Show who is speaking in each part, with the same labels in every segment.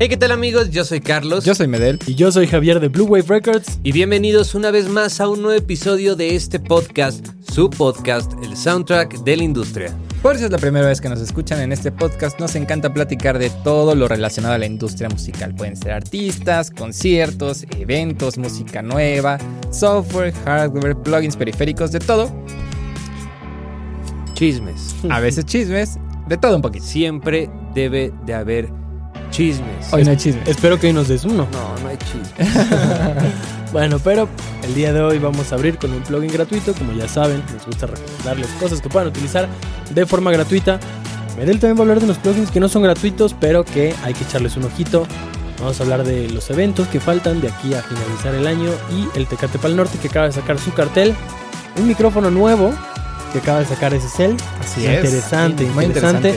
Speaker 1: Hey, ¿qué tal amigos? Yo soy Carlos.
Speaker 2: Yo soy Medel.
Speaker 3: Y yo soy Javier de Blue Wave Records.
Speaker 1: Y bienvenidos una vez más a un nuevo episodio de este podcast, su podcast, el soundtrack de la industria.
Speaker 2: Por si es la primera vez que nos escuchan en este podcast, nos encanta platicar de todo lo relacionado a la industria musical. Pueden ser artistas, conciertos, eventos, música nueva, software, hardware, plugins, periféricos, de todo.
Speaker 1: Chismes.
Speaker 2: A veces chismes, de todo un poquito.
Speaker 1: Siempre debe de haber chismes.
Speaker 2: Hoy no hay chismes.
Speaker 3: Espero que hoy nos des uno.
Speaker 1: No, no hay
Speaker 2: ¿Eh?
Speaker 1: chismes.
Speaker 3: Bueno, pero el día de hoy vamos a abrir con un plugin gratuito. Como ya saben, nos gusta recomendarles cosas que puedan utilizar de forma gratuita. Medel también va a hablar de unos plugins que no son gratuitos, pero que hay que echarles un ojito. Vamos a hablar de los eventos que faltan de aquí a finalizar el año y el Tecate Pal Norte que acaba de sacar su cartel. Un micrófono nuevo que acaba de sacar SSL.
Speaker 2: Así
Speaker 3: Interesante,
Speaker 2: Muy
Speaker 3: interesante.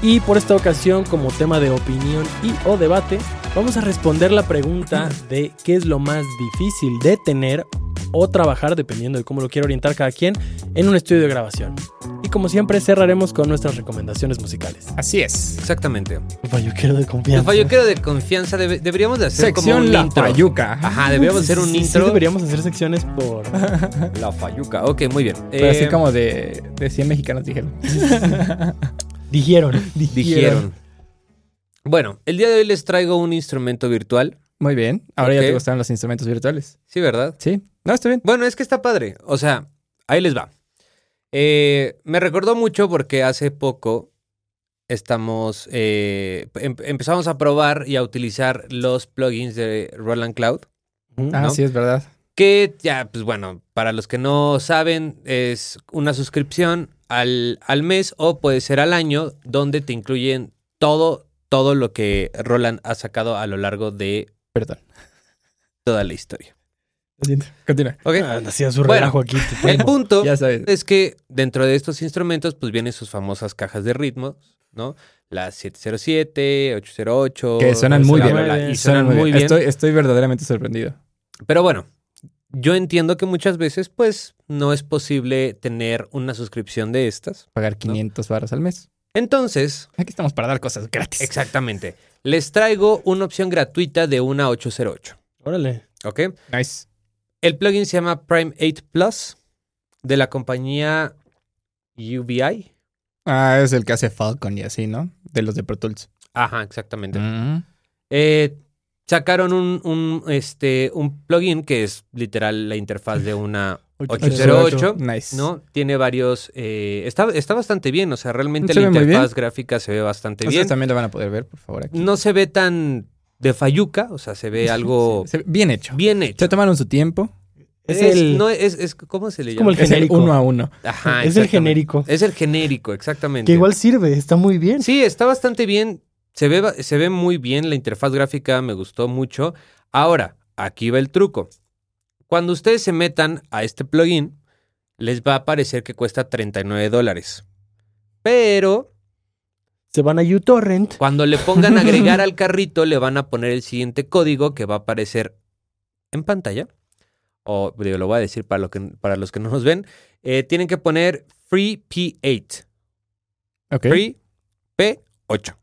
Speaker 3: Y por esta ocasión, como tema de opinión y o debate, vamos a responder la pregunta de qué es lo más difícil de tener o trabajar, dependiendo de cómo lo quiera orientar cada quien, en un estudio de grabación. Y como siempre, cerraremos con nuestras recomendaciones musicales.
Speaker 2: Así es.
Speaker 1: Exactamente.
Speaker 3: Falluquero de
Speaker 1: El
Speaker 3: confianza.
Speaker 1: falloquero de confianza debe- deberíamos de hacer como
Speaker 2: Sección
Speaker 1: un
Speaker 2: La
Speaker 1: intro.
Speaker 2: Payuca.
Speaker 1: Ajá, deberíamos hacer un
Speaker 3: Sí, sí,
Speaker 1: intro.
Speaker 3: deberíamos hacer secciones por...
Speaker 1: La falluca. Ok, muy bien.
Speaker 2: Pero así
Speaker 1: Eh,
Speaker 2: como de, de 100 mexicanos dijeron.
Speaker 3: Dijeron.
Speaker 1: dijeron. Bueno, el día de hoy les traigo un instrumento virtual.
Speaker 2: Muy bien. Ahora ya
Speaker 1: Ok.
Speaker 2: te gustaron los instrumentos virtuales.
Speaker 1: Sí, ¿verdad?
Speaker 2: Sí. No, está bien.
Speaker 1: Bueno, es que está padre. O sea, ahí les va. Eh, me recordó mucho porque hace poco estamos eh, em- empezamos a probar y a utilizar los plugins de Roland Cloud.
Speaker 2: Ah,
Speaker 1: ¿No?
Speaker 2: sí, es verdad.
Speaker 1: Que ya, pues bueno, para los que no saben, es una suscripción al, al mes o puede ser al año, donde te incluyen todo, todo lo que Roland ha sacado a lo largo de
Speaker 2: Perdón.
Speaker 1: toda la historia.
Speaker 3: Lo siento.
Speaker 2: Continúa.
Speaker 1: ¿Ok?
Speaker 3: Ah, Hacía su
Speaker 1: Bueno,
Speaker 3: relajo aquí. tu
Speaker 1: El
Speaker 3: primo.
Speaker 1: punto
Speaker 2: Ya sabes.
Speaker 1: es que dentro de estos instrumentos, pues vienen sus famosas cajas de ritmos, ¿no? Las 707, 808.
Speaker 2: Que suenan muy
Speaker 1: bla,
Speaker 3: bien.
Speaker 1: bla, bla, Y
Speaker 3: Suenan
Speaker 1: suenan muy bien.
Speaker 2: Estoy, estoy verdaderamente sorprendido.
Speaker 1: Pero bueno, yo entiendo que muchas veces, pues, no es posible tener una suscripción de estas.
Speaker 2: Pagar 500 barras al mes.
Speaker 1: Entonces,
Speaker 2: Aquí estamos para dar cosas gratis.
Speaker 1: exactamente, les traigo una opción gratuita de una 808,
Speaker 3: Órale.
Speaker 1: ¿ok?
Speaker 2: Nice.
Speaker 1: El plugin se llama Prime 8 Plus de la compañía UBI.
Speaker 2: Ah, es el que hace Falcon y así, ¿no? De los de Pro Tools.
Speaker 1: Ajá, exactamente.
Speaker 2: Mm.
Speaker 1: Eh, sacaron un, un, este, un plugin que es literal la interfaz de una 808,
Speaker 2: Nice.
Speaker 1: ¿no? Tiene varios... eh, está, está bastante bien, o sea, realmente
Speaker 2: Se
Speaker 1: la
Speaker 2: ve muy bien.
Speaker 1: interfaz gráfica se ve bastante
Speaker 2: Ustedes
Speaker 1: bien.
Speaker 2: también lo van a poder ver, por favor, aquí.
Speaker 1: No se ve tan de fayuca, o sea, se ve algo
Speaker 2: Se- Bien hecho.
Speaker 1: bien hecho.
Speaker 2: Se tomaron su tiempo.
Speaker 3: Es
Speaker 1: Es,
Speaker 3: el-
Speaker 1: no, es, es- ¿Cómo se le
Speaker 3: como
Speaker 1: llama?
Speaker 3: El
Speaker 2: Es el
Speaker 3: genérico.
Speaker 2: uno a uno.
Speaker 1: Ajá,
Speaker 3: es el
Speaker 1: exactamente.
Speaker 3: genérico.
Speaker 1: Es el genérico, exactamente.
Speaker 3: Que igual sirve, está muy bien.
Speaker 1: Sí, está bastante bien. Se ve, ba- se ve muy bien la interfaz gráfica, me gustó mucho. Ahora, aquí va el truco. Cuando ustedes se metan a este plugin, les va a parecer que cuesta 39 dólares. Pero
Speaker 3: Se van a uTorrent.
Speaker 1: cuando le pongan agregar al carrito, le van a poner el siguiente código que va a aparecer en pantalla. O digo, lo voy a decir para, lo que, para los que no nos ven. Eh, tienen que poner free P8.
Speaker 2: Ok.
Speaker 1: Free P8.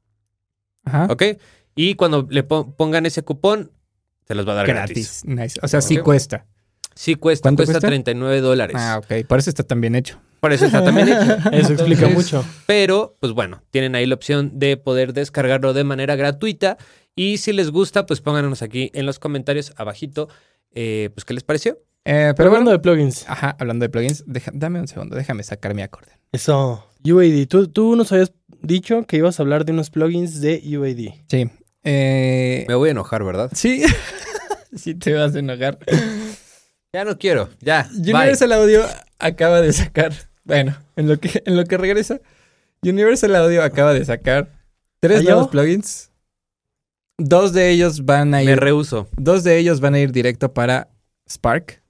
Speaker 2: Ajá.
Speaker 1: ¿Ok? Y cuando le po- pongan ese cupón, se los va a dar gratis.
Speaker 2: Gratis. Nice. O sea, sí
Speaker 1: Ok.
Speaker 2: cuesta.
Speaker 1: Sí, cuesta,
Speaker 2: ¿Cuánto
Speaker 1: cuesta,
Speaker 2: cuesta?
Speaker 1: 39 dólares.
Speaker 2: Ah, ok. Por eso está tan bien hecho.
Speaker 1: Por eso está también hecho.
Speaker 3: Eso explica
Speaker 1: Entonces,
Speaker 3: mucho.
Speaker 1: Pero, pues bueno, tienen ahí la opción de poder descargarlo de manera gratuita. Y si les gusta, pues pónganos aquí en los comentarios abajito, eh, pues, ¿qué les pareció?
Speaker 2: Eh, pero
Speaker 3: Pero
Speaker 2: bueno.
Speaker 3: hablando de plugins.
Speaker 2: Ajá, hablando de plugins, deja- dame un segundo, déjame sacar mi acordeón.
Speaker 3: Eso. UAD. Tú, tú nos habías dicho que ibas a hablar de unos plugins de UAD.
Speaker 2: Sí. Eh,
Speaker 1: Me voy a enojar, ¿verdad?
Speaker 2: sí. sí, te vas a enojar.
Speaker 1: Ya no quiero, ya. bye.
Speaker 2: Universal Audio acaba de sacar, bueno, en lo que, en lo que regresa, Universal Audio acaba de sacar tres
Speaker 3: ¿Halló?
Speaker 2: nuevos plugins. Dos de ellos van a
Speaker 1: Me
Speaker 2: ir,
Speaker 1: rehuso.
Speaker 2: dos de ellos van a ir directo para Spark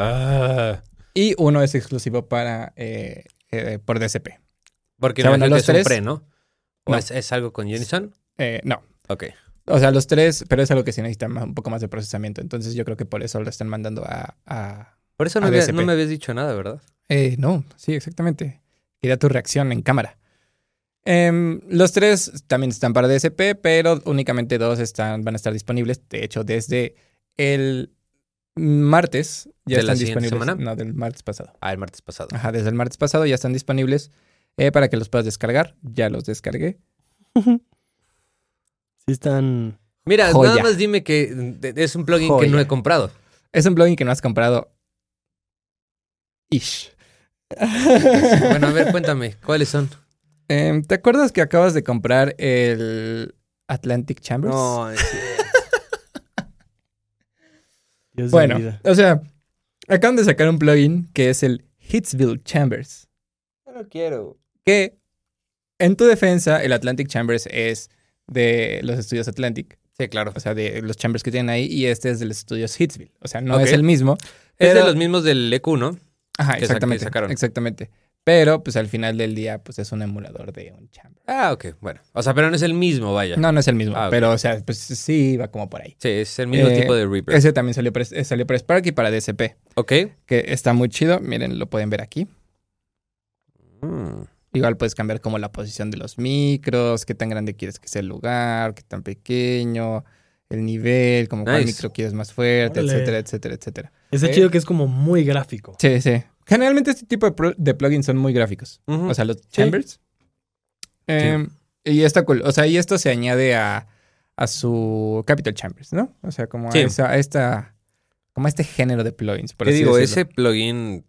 Speaker 1: Ah.
Speaker 2: y uno es exclusivo para eh, eh, por DSP.
Speaker 1: Porque
Speaker 2: O sea,
Speaker 1: me
Speaker 2: bueno,
Speaker 1: imagino que
Speaker 2: los
Speaker 1: es un
Speaker 2: tres-
Speaker 1: pre, ¿no? ¿O
Speaker 2: No.
Speaker 1: Es, es algo con Unison?
Speaker 2: Eh, no,
Speaker 1: Ok.
Speaker 2: o sea, los tres, pero es algo que sí necesita más- un poco más de procesamiento. Entonces yo creo que por eso lo están mandando a, a-
Speaker 1: Por eso no,
Speaker 2: A
Speaker 1: había-
Speaker 2: DSP.
Speaker 1: no me habías dicho nada, ¿verdad?
Speaker 2: eh, no, sí, exactamente. Quería tu reacción en cámara. Em, los tres también están para DSP, pero únicamente dos están, van a estar disponibles. De hecho, desde el martes ya
Speaker 1: ¿De la
Speaker 2: están
Speaker 1: siguiente
Speaker 2: disponibles.
Speaker 1: semana?
Speaker 2: No, del martes pasado.
Speaker 1: Ah, el martes pasado.
Speaker 2: Ajá, desde el martes pasado ya están disponibles eh, para que los puedas descargar. Ya los descargué.
Speaker 3: Sí están...
Speaker 1: Mira,
Speaker 2: Joya.
Speaker 1: nada más dime que de- es un plugin que
Speaker 2: Joya.
Speaker 1: no he comprado.
Speaker 2: Es un plugin que no has comprado. Ish.
Speaker 1: Bueno, a ver, cuéntame, ¿cuáles son?
Speaker 2: Em, ¿Te acuerdas que acabas de comprar el Atlantic Chambers?
Speaker 3: Dios de mi
Speaker 2: Bueno,
Speaker 3: vida.
Speaker 2: o sea, acaban de sacar un plugin que es el Hitsville Chambers.
Speaker 1: no quiero.
Speaker 2: Que, en tu defensa, el Atlantic Chambers es de los estudios Atlantic.
Speaker 1: Sí, claro.
Speaker 2: O sea, de los chambers que tienen ahí. Y este es de los estudios Hitsville. O sea, no
Speaker 1: Ok.
Speaker 2: es el mismo.
Speaker 1: Es de
Speaker 2: pero-
Speaker 1: los mismos del EQ, ¿no? que
Speaker 2: Ajá,
Speaker 1: sa- que
Speaker 2: exactamente.
Speaker 1: sacaron.
Speaker 2: Exactamente. Pero, pues al final del día, pues es un emulador de un chamber.
Speaker 1: Ah, ok, bueno. O sea, pero no es el mismo, vaya.
Speaker 2: No, no es el mismo.
Speaker 1: Ah, ok.
Speaker 2: Pero, o sea, pues sí, va como por ahí.
Speaker 1: Sí, es el mismo
Speaker 2: Eh,
Speaker 1: tipo de Reaper.
Speaker 2: Ese también salió para, eh, salió para Spark y para DSP,
Speaker 1: Ok.
Speaker 2: que está muy chido. Miren, lo pueden ver aquí.
Speaker 1: Mm.
Speaker 2: Igual puedes cambiar como la posición de los micros, qué tan grande quieres que sea el lugar, qué tan pequeño, el nivel, como cuál
Speaker 1: Nice.
Speaker 2: micro quieres más fuerte,
Speaker 3: Órale.
Speaker 2: etcétera, etcétera, etcétera.
Speaker 3: Está
Speaker 2: ¿Eh?
Speaker 3: chido que es como muy gráfico.
Speaker 2: Sí, sí. Generalmente este tipo de, pro- de plugins son muy gráficos.
Speaker 1: Ujú.
Speaker 2: O sea, los chambers. Eh, Y está cool. O sea, y esto se añade a, a su Capital Chambers, ¿no? O sea, como
Speaker 1: Sí.
Speaker 2: a, esa- a esta. Como a este género de plugins. Por
Speaker 1: Te
Speaker 2: así
Speaker 1: digo,
Speaker 2: decirlo.
Speaker 1: ese plugin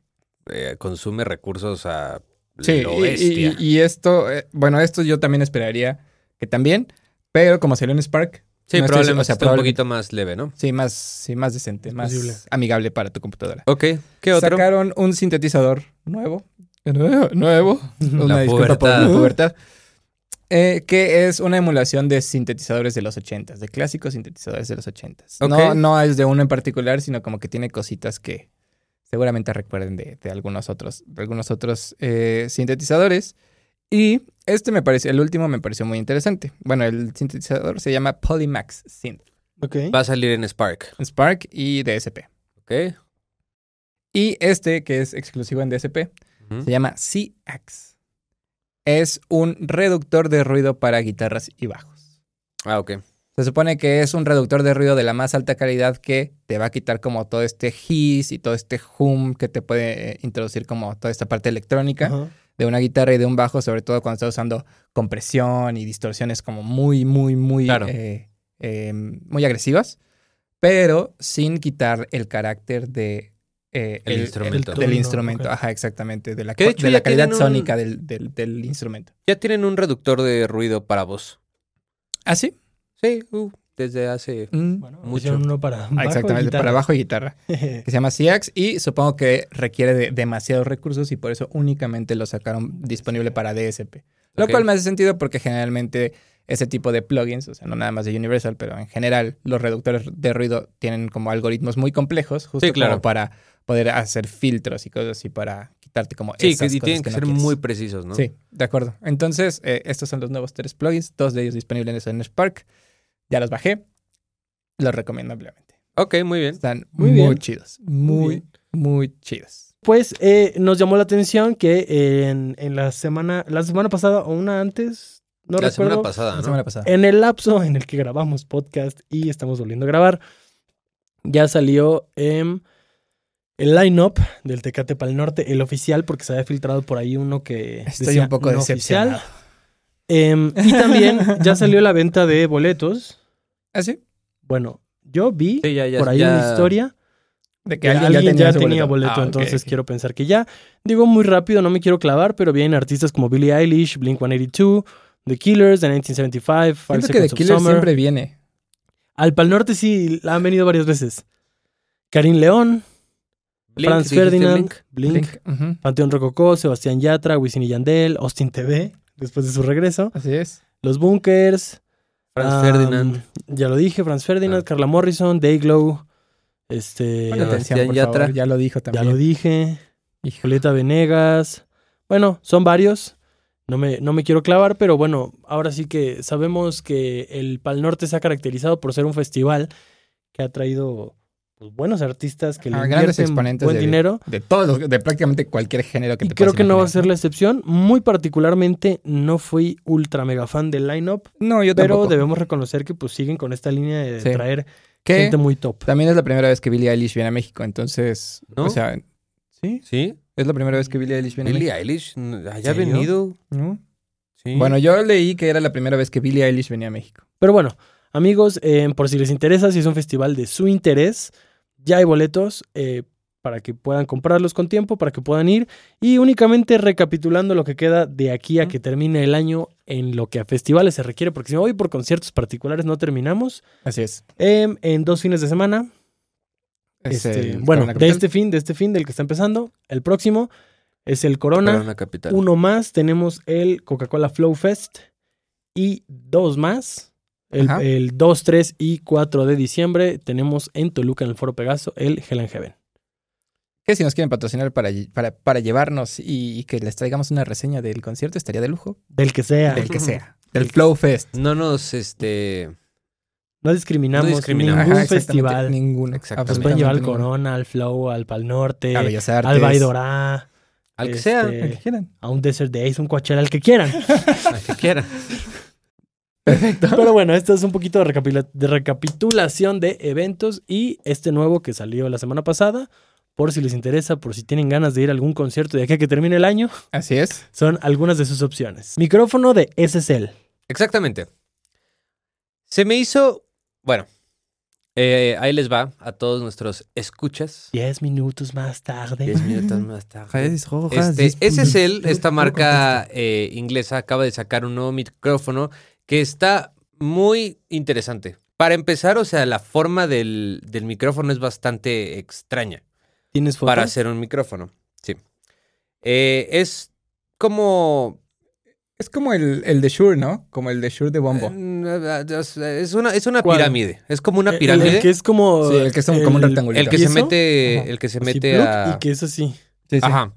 Speaker 1: eh, consume recursos a
Speaker 2: Sí,
Speaker 1: lo
Speaker 2: y- y,
Speaker 1: bestia.
Speaker 2: y- y esto, eh, bueno, esto yo también esperaría que también, pero como salió en Spark,
Speaker 1: sí,
Speaker 2: no estoy-
Speaker 1: probablemente
Speaker 2: o sea,
Speaker 1: está un
Speaker 2: probablemente-
Speaker 1: poquito más leve, ¿no?
Speaker 2: sí, más, sí, más decente, más
Speaker 3: posible.
Speaker 2: amigable para tu computadora.
Speaker 1: Ok, ¿qué otro?
Speaker 2: Sacaron un sintetizador nuevo, nuevo, nuevo, una disculpa por
Speaker 1: pubertad.
Speaker 2: la pubertad, eh, que es una emulación de sintetizadores de los 80s, de clásicos sintetizadores de los 80s. No,
Speaker 1: Ok.
Speaker 2: no es de uno en particular, sino como que tiene cositas que seguramente recuerden de, de algunos otros, de algunos otros eh, sintetizadores. Y este me pareció, el último me pareció muy interesante. Bueno, el sintetizador se llama Polymax Synth,
Speaker 3: Ok.
Speaker 1: Va a salir en Spark.
Speaker 2: Spark y DSP.
Speaker 1: Ok.
Speaker 2: Y este, que es exclusivo en DSP,
Speaker 1: Ujú.
Speaker 2: Se llama C-Ax. Es un reductor de ruido para guitarras y bajos.
Speaker 1: Ah, ok.
Speaker 2: Se supone que es un reductor de ruido de la más alta calidad que te va a quitar como todo este hiss y todo este hum que te puede eh, introducir como toda esta parte electrónica
Speaker 3: Ajá.
Speaker 2: de una guitarra y de un bajo, sobre todo cuando estás usando compresión y distorsiones como muy, muy, muy,
Speaker 1: Claro.
Speaker 2: eh, eh, muy agresivas, pero sin quitar el carácter de eh,
Speaker 1: El instrumento.
Speaker 2: del
Speaker 3: Tono,
Speaker 2: instrumento,
Speaker 3: ok.
Speaker 2: ajá, exactamente, de la,
Speaker 1: Que de
Speaker 2: cua-
Speaker 1: hecho
Speaker 2: de
Speaker 1: ya
Speaker 2: la calidad
Speaker 1: tienen un-
Speaker 2: sónica del, del- del instrumento.
Speaker 1: Ya tienen un reductor de ruido para voz.
Speaker 2: ¿Ah, sí?
Speaker 1: Sí, uh, desde hace...
Speaker 2: Mm.
Speaker 3: Bueno,
Speaker 1: Mucho.
Speaker 3: hicieron uno para
Speaker 2: Ah,
Speaker 3: bajo y
Speaker 2: exactamente,
Speaker 3: guitarra.
Speaker 2: para bajo y guitarra, que se llama CIAX y supongo que requiere de demasiados recursos y por eso únicamente lo sacaron disponible para DSP. Lo
Speaker 1: Ok.
Speaker 2: cual me hace sentido porque generalmente ese tipo de plugins, o sea, no nada más de Universal, pero en general los reductores de ruido tienen como algoritmos muy complejos, justo
Speaker 1: Sí, claro.
Speaker 2: como para poder hacer filtros y cosas así para quitarte como
Speaker 1: Sí, que,
Speaker 2: esas
Speaker 1: y
Speaker 2: cosas
Speaker 1: tienen que,
Speaker 2: no
Speaker 1: ser
Speaker 2: quieres.
Speaker 1: muy precisos, ¿no?
Speaker 2: Sí, de acuerdo. Entonces, eh, estos son los nuevos tres plugins, dos de ellos disponibles en Spark. Ya los bajé. Los recomiendo ampliamente.
Speaker 1: Ok, muy bien.
Speaker 2: Están
Speaker 3: Muy
Speaker 2: muy,
Speaker 3: bien.
Speaker 2: chidos.
Speaker 3: Muy
Speaker 2: Muy,
Speaker 3: bien.
Speaker 2: muy chidos.
Speaker 3: Pues eh, nos llamó la atención que en, en la semana, la semana pasada o una antes, no
Speaker 1: La
Speaker 3: recuerdo.
Speaker 1: semana pasada,
Speaker 2: La
Speaker 1: Ah, ¿no?
Speaker 2: semana pasada.
Speaker 3: En el lapso en el que grabamos podcast y estamos volviendo a grabar, ya salió em, el line-up del Tecate para el Norte, el oficial, porque se había filtrado por ahí uno que.
Speaker 2: Estoy
Speaker 3: decía
Speaker 2: un poco
Speaker 3: no
Speaker 2: decepcionado.
Speaker 3: oficial. Em, y también ya salió la venta de boletos.
Speaker 2: ¿Ah, sí?
Speaker 3: Bueno, yo vi
Speaker 1: Sí, ya, ya-
Speaker 3: por ahí
Speaker 1: ya-
Speaker 3: una historia
Speaker 2: De que
Speaker 3: que
Speaker 2: alguien, ya tenía, su
Speaker 3: boleto,
Speaker 2: Ah, ok,
Speaker 3: entonces
Speaker 2: ok.
Speaker 3: quiero pensar que ya. Digo muy rápido, no me quiero clavar, pero vienen artistas como Billie Eilish, Blink 182, The Killers, The 1975, Five
Speaker 2: Siento que The
Speaker 3: Seconds of
Speaker 2: Killer
Speaker 3: Summer.
Speaker 2: siempre viene.
Speaker 3: Al Pal Norte sí la han venido varias veces. Karim León,
Speaker 1: Blink,
Speaker 3: Franz
Speaker 1: ¿dijiste
Speaker 3: Ferdinand, Blink,
Speaker 1: Blink?
Speaker 2: Blink. Ujú.
Speaker 3: Panteón Rococó, Sebastián Yatra, Wisin y Yandel, Austin TV, después de su regreso,
Speaker 2: Así es.
Speaker 3: Los Bunkers,
Speaker 1: Franz
Speaker 3: am,
Speaker 1: Ferdinand.
Speaker 3: Ya lo dije, Franz Ferdinand,
Speaker 1: Ah.
Speaker 3: Carla Morrison, Dayglow, este,
Speaker 2: Pon atención,
Speaker 1: Sebastián
Speaker 2: por
Speaker 1: Yatra.
Speaker 2: favor, Ya lo dijo
Speaker 3: ya
Speaker 2: también.
Speaker 3: lo dije,
Speaker 2: Hijo.
Speaker 3: Julieta Venegas. Bueno, son varios. No me, no me quiero clavar, pero bueno, ahora sí que sabemos que el Pal Norte se ha caracterizado por ser un festival que ha traído pues, buenos artistas que le
Speaker 2: Ah, grandes
Speaker 3: invierten
Speaker 2: exponentes
Speaker 3: buen
Speaker 2: de-
Speaker 3: dinero.
Speaker 2: De todos, los- de prácticamente cualquier género que
Speaker 3: Y
Speaker 2: te
Speaker 3: creo
Speaker 2: puedas
Speaker 3: que no va a ser
Speaker 2: imaginar,
Speaker 3: la excepción. Muy particularmente, no fui ultra mega fan del lineup,
Speaker 2: ¿no? No, yo
Speaker 3: pero
Speaker 2: tampoco.
Speaker 3: debemos reconocer que pues siguen con esta línea de
Speaker 2: Sí.
Speaker 3: traer
Speaker 2: Que
Speaker 3: gente muy top.
Speaker 2: también es la primera vez que Billie Eilish viene a México, entonces,
Speaker 1: ¿No?
Speaker 2: o sea, sí,
Speaker 1: ¿Sí?
Speaker 2: es la primera vez que Billie Eilish viene
Speaker 1: Billie
Speaker 2: a México.
Speaker 1: Eilish n- haya
Speaker 3: ¿Serio?
Speaker 1: venido.
Speaker 2: ¿no?
Speaker 1: Sí.
Speaker 2: Bueno, yo leí que era la primera vez que Billie Eilish venía a México.
Speaker 3: Pero bueno, amigos, eh, por si les interesa, si es un festival de su interés, ya hay boletos eh, para que puedan comprarlos con tiempo, para que puedan ir. Y únicamente recapitulando lo que queda de aquí a que termine el año en lo que a festivales se requiere, porque si hoy por conciertos particulares no terminamos,
Speaker 2: Así es.
Speaker 3: em, en dos fines de semana
Speaker 2: Es
Speaker 3: Este,
Speaker 2: el
Speaker 3: bueno,
Speaker 2: Corona
Speaker 3: de
Speaker 2: Capital.
Speaker 3: este fin, de este fin del que está empezando, el próximo es el Corona.
Speaker 1: Corona Capital.
Speaker 3: Uno más, tenemos el Coca-Cola Flow Fest. Y dos más, el,
Speaker 2: Ajá.
Speaker 3: el 2, 3 y 4 de diciembre, tenemos en Toluca, en el Foro Pegaso, el Hell and Heaven.
Speaker 2: Que si nos quieren patrocinar para, lle- para, para llevarnos y, y que les traigamos una reseña del concierto, estaría de lujo.
Speaker 3: Del que sea.
Speaker 2: Del que sea. Del Flow Fest.
Speaker 1: No nos, este...
Speaker 3: No discriminamos,
Speaker 1: No discriminamos.
Speaker 3: ningún
Speaker 2: Ajá, exactamente,
Speaker 3: festival.
Speaker 2: Ninguno.
Speaker 1: Exactamente.
Speaker 3: Nos pueden llevar al
Speaker 2: absolutamente ninguno.
Speaker 3: Corona, al Flow, al Pal Norte,
Speaker 2: A Bellas Artes. eh,
Speaker 3: al Vaidorá,
Speaker 1: Al que
Speaker 3: Este,
Speaker 1: sea,
Speaker 2: Al que quieran.
Speaker 3: a un Desert Days, un Coachella, al que quieran.
Speaker 1: al que quiera.
Speaker 2: Perfecto.
Speaker 3: Pero bueno, esto es un poquito de, recapitula- de recapitulación de eventos y este nuevo que salió la semana pasada. Por si les interesa, por si tienen ganas de ir a algún concierto de aquí a que termine el año,
Speaker 2: Así es.
Speaker 3: son algunas de sus opciones. Micrófono de SSL.
Speaker 1: Exactamente. Se me hizo... Bueno, eh, ahí les va a todos nuestros escuchas.
Speaker 3: 10 minutos más tarde.
Speaker 1: Diez minutos más tarde. Este, SSL, esta marca eh, inglesa, acaba de sacar un nuevo micrófono que está muy interesante. Para empezar, o sea, la forma del, del micrófono es bastante extraña
Speaker 3: ¿Tienes foto?
Speaker 1: para hacer un micrófono. Sí. Eh, es como.
Speaker 2: Es como el, el de Shure, ¿no? Como el de Shure de Bombo.
Speaker 1: eh, mm, Es una, es una
Speaker 3: ¿Cuál? Eh,
Speaker 1: pirámide. Es como una
Speaker 3: El-
Speaker 1: pirámide.
Speaker 3: El,
Speaker 1: El,
Speaker 3: que es como.
Speaker 2: Sí, el que es un- como un rectángulo.
Speaker 1: que se
Speaker 3: ¿Y eso?
Speaker 1: mete.
Speaker 2: Ajá.
Speaker 1: El que se
Speaker 3: así,
Speaker 1: mete
Speaker 3: plug,
Speaker 1: a.
Speaker 3: Y que es así.
Speaker 2: Sí, sí.
Speaker 1: Ajá.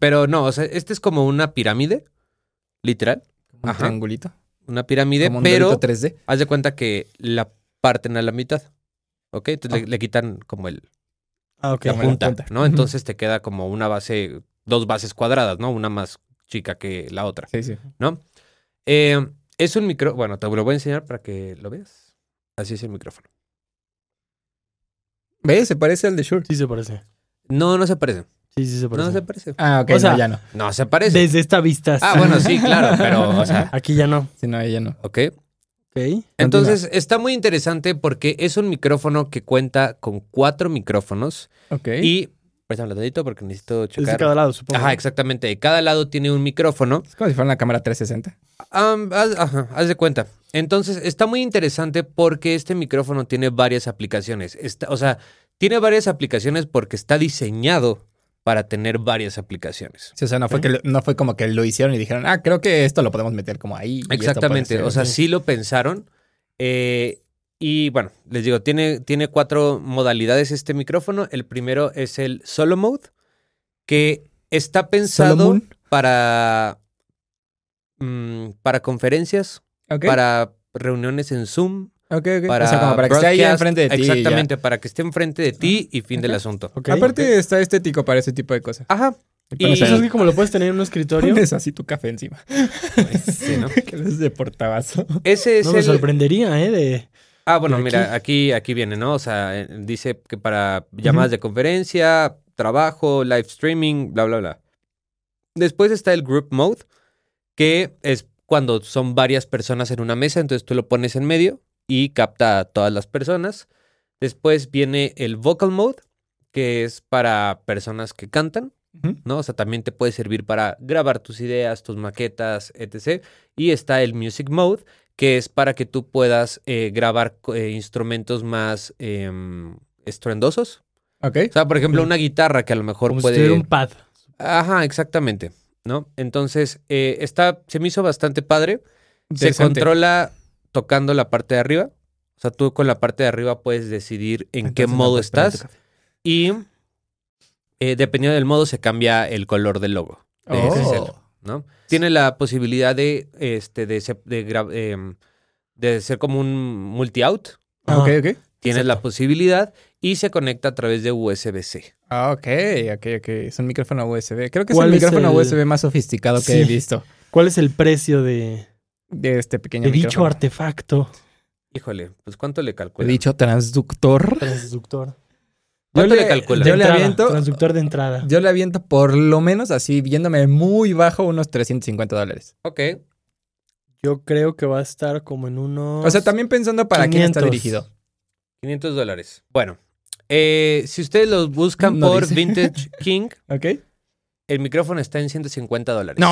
Speaker 1: Pero no, o sea, este es como una pirámide. Literal.
Speaker 2: Un
Speaker 1: Ajá.
Speaker 2: triangulito.
Speaker 1: Una pirámide,
Speaker 2: Como un
Speaker 1: pero.
Speaker 2: dorito 3D.
Speaker 1: Haz de cuenta que la parten a la mitad. ¿Ok? Entonces le,
Speaker 2: Ah.
Speaker 1: le quitan como el
Speaker 3: Ah, ok.
Speaker 1: la
Speaker 2: Como la
Speaker 1: punta,
Speaker 2: punta.
Speaker 1: ¿no?
Speaker 2: Ujú.
Speaker 1: Entonces te queda como una base, dos bases cuadradas, ¿no? Una más chica que la otra,
Speaker 2: Sí, sí.
Speaker 1: ¿no? Eh, es un micro... Bueno, te lo voy a enseñar para que lo veas. Así es el micrófono.
Speaker 2: ¿Ves? Se parece al de Shure.
Speaker 3: Sí se parece.
Speaker 1: No, no se parece.
Speaker 3: Sí, sí se parece.
Speaker 1: No se parece.
Speaker 2: Ah, ok.
Speaker 3: O sea,
Speaker 2: no, ya no.
Speaker 1: No se parece.
Speaker 3: Desde esta vista.
Speaker 1: Ah, bueno, sí, claro, pero, o sea,
Speaker 3: Aquí ya no.
Speaker 2: Sí, no, ya no.
Speaker 1: ¿ok?
Speaker 3: Ok.
Speaker 1: Entonces está muy interesante porque es un micrófono que cuenta con cuatro micrófonos
Speaker 2: Ok.
Speaker 1: y... Préstame tantito porque necesito
Speaker 3: Desde
Speaker 1: checar.
Speaker 3: cada lado, supongo.
Speaker 1: Ajá, exactamente. De cada lado tiene un micrófono.
Speaker 2: Es como si fuera una cámara 360.
Speaker 1: Am, haz, ajá, haz de cuenta. Entonces, está muy interesante porque este micrófono tiene varias aplicaciones. Está- o sea, tiene varias aplicaciones porque está diseñado para tener varias aplicaciones.
Speaker 2: Sí, o sea, no fue,
Speaker 3: Ok.
Speaker 2: que lo- no fue como que lo hicieron y dijeron, ah, creo que esto lo podemos meter como ahí. y esto puede
Speaker 1: Exactamente.
Speaker 2: ser
Speaker 1: O sea,
Speaker 2: así".
Speaker 1: sí lo pensaron. Eh, y bueno, les digo, tiene, tiene cuatro modalidades este micrófono. El primero es el solo mode, que está pensado
Speaker 2: Moon.
Speaker 1: para, mm, para conferencias,
Speaker 2: Ok,
Speaker 1: para reuniones en Zoom,
Speaker 2: ok, ok.
Speaker 1: para
Speaker 2: o sea, como para que esté ahí
Speaker 1: broadcast,
Speaker 2: enfrente de ti. y ya.
Speaker 1: Exactamente, para que esté enfrente de ti y fin del
Speaker 2: Ok.
Speaker 1: asunto.
Speaker 3: Ok.
Speaker 2: Aparte está estético para ese tipo de cosas.
Speaker 1: Ajá.
Speaker 2: Y
Speaker 1: Y-
Speaker 3: Pues es que como lo puedes tener en un escritorio,
Speaker 2: pones así tu café encima.
Speaker 1: Sí, ¿no?
Speaker 2: que es de portabazo.
Speaker 1: Ese es
Speaker 3: no me
Speaker 1: el-
Speaker 3: sorprendería, ¿eh? De...
Speaker 1: Ah, bueno,
Speaker 3: de
Speaker 1: mira, aquí aquí viene, ¿no? O sea, eh, dice que para llamadas de conferencia, trabajo, live streaming, bla bla bla. Después está el group mode, que es cuando son varias personas en una mesa, entonces tú lo pones en medio y capta a todas las personas. Después viene el vocal mode, que es para personas que cantan. ¿no? O sea, también te puede servir para grabar tus ideas, tus maquetas, etc. Y está el Music Mode, que es para que tú puedas eh, grabar co- eh, instrumentos más em, estruendosos.
Speaker 2: Ok.
Speaker 1: O sea, por ejemplo, una guitarra que a lo mejor
Speaker 3: Como
Speaker 1: puede...
Speaker 3: si tuviera un pad.
Speaker 1: Ajá, exactamente, ¿no? Entonces, eh, está, se me hizo bastante padre. Se
Speaker 2: Interesante.
Speaker 1: controla tocando la parte de arriba. O sea, tú con la parte de arriba puedes decidir en qué
Speaker 2: Entonces,
Speaker 1: modo
Speaker 2: no, pues, espera tu
Speaker 1: estás y eh, dependiendo del modo se cambia el color del logo. de
Speaker 2: café.
Speaker 1: SSL.
Speaker 2: Oh.
Speaker 1: ¿no? Tiene la posibilidad de, este, de, se- de, gra- em, de ser como un multi-out.
Speaker 2: Ah, Ok, ok.
Speaker 1: Tienes la posibilidad y se conecta a través de USB-C.
Speaker 2: Ah, ok, ok, ok. Es un micrófono USB. Creo que es
Speaker 3: ¿Cuál
Speaker 2: el
Speaker 3: es
Speaker 2: micrófono
Speaker 3: el-
Speaker 2: USB más sofisticado que he
Speaker 3: Sí.
Speaker 2: visto
Speaker 3: ¿Cuál es el precio de,
Speaker 2: de este pequeño
Speaker 3: de dicho
Speaker 2: micrófono.
Speaker 3: artefacto
Speaker 1: Híjole, pues ¿cuánto le
Speaker 2: De
Speaker 1: calculas?
Speaker 2: dicho transductor.
Speaker 3: transductor?
Speaker 1: ¿Cuánto
Speaker 2: Yo
Speaker 1: le,
Speaker 2: le-
Speaker 1: calculas?
Speaker 2: yo
Speaker 3: De
Speaker 2: le
Speaker 3: entrada,
Speaker 2: aviento-
Speaker 3: Transductor de entrada.
Speaker 2: Yo le aviento por lo menos así, viéndome muy bajo, unos 350 dólares.
Speaker 1: Ok,
Speaker 3: Yo creo que va a estar como en unos.
Speaker 2: O sea, también pensando para quién está
Speaker 3: 500.
Speaker 2: dirigido.
Speaker 1: 500 dólares. Bueno, eh, si ustedes los buscan
Speaker 2: No
Speaker 1: por
Speaker 2: dice.
Speaker 1: Vintage King,
Speaker 2: ¿Ok?
Speaker 1: el micrófono está en 150 dólares.
Speaker 2: ¡No!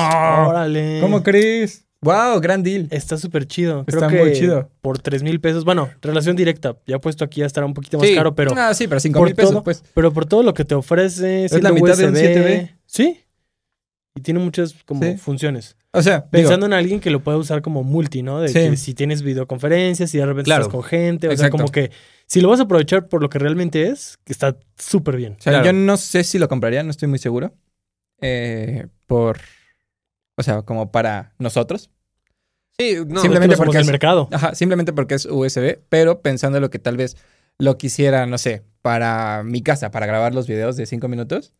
Speaker 3: Órale.
Speaker 2: ¿Cómo crees? ¡Wow! Gran deal.
Speaker 3: Está súper chido. Creo
Speaker 2: Está
Speaker 3: que
Speaker 2: muy chido.
Speaker 3: Por 3 mil pesos. Bueno, relación directa. Ya puesto aquí ya estará un poquito más
Speaker 1: Sí.
Speaker 3: caro, pero,
Speaker 2: ah, sí, pero 5
Speaker 3: por
Speaker 2: mil pesos,
Speaker 3: todo-
Speaker 2: pues.
Speaker 3: pero por todo lo que te ofrece. siendo
Speaker 2: la mitad de un
Speaker 3: USB,
Speaker 2: 7B.
Speaker 3: Sí. Y tiene muchas como
Speaker 2: Sí.
Speaker 3: funciones.
Speaker 2: O sea, digo,
Speaker 3: Pensando en alguien que lo pueda usar como multi, ¿no? De
Speaker 2: Sí.
Speaker 3: que si tienes videoconferencias, si de repente
Speaker 1: Claro.
Speaker 3: estás con gente. O sea,
Speaker 2: Exacto.
Speaker 3: como que si lo vas a aprovechar por lo que realmente es, que está súper bien.
Speaker 2: o sea,
Speaker 1: Claro.
Speaker 2: yo no sé si lo compraría, no estoy muy seguro. Eh, por... O sea, como para nosotros.
Speaker 1: Sí, no,
Speaker 2: Simplemente
Speaker 3: Es que no somos
Speaker 2: porque
Speaker 3: del
Speaker 2: es-
Speaker 3: mercado.
Speaker 2: Ajá, simplemente porque es USB, pero pensando lo que tal vez lo quisiera, no sé, para mi casa, para grabar los videos de 5 minutos,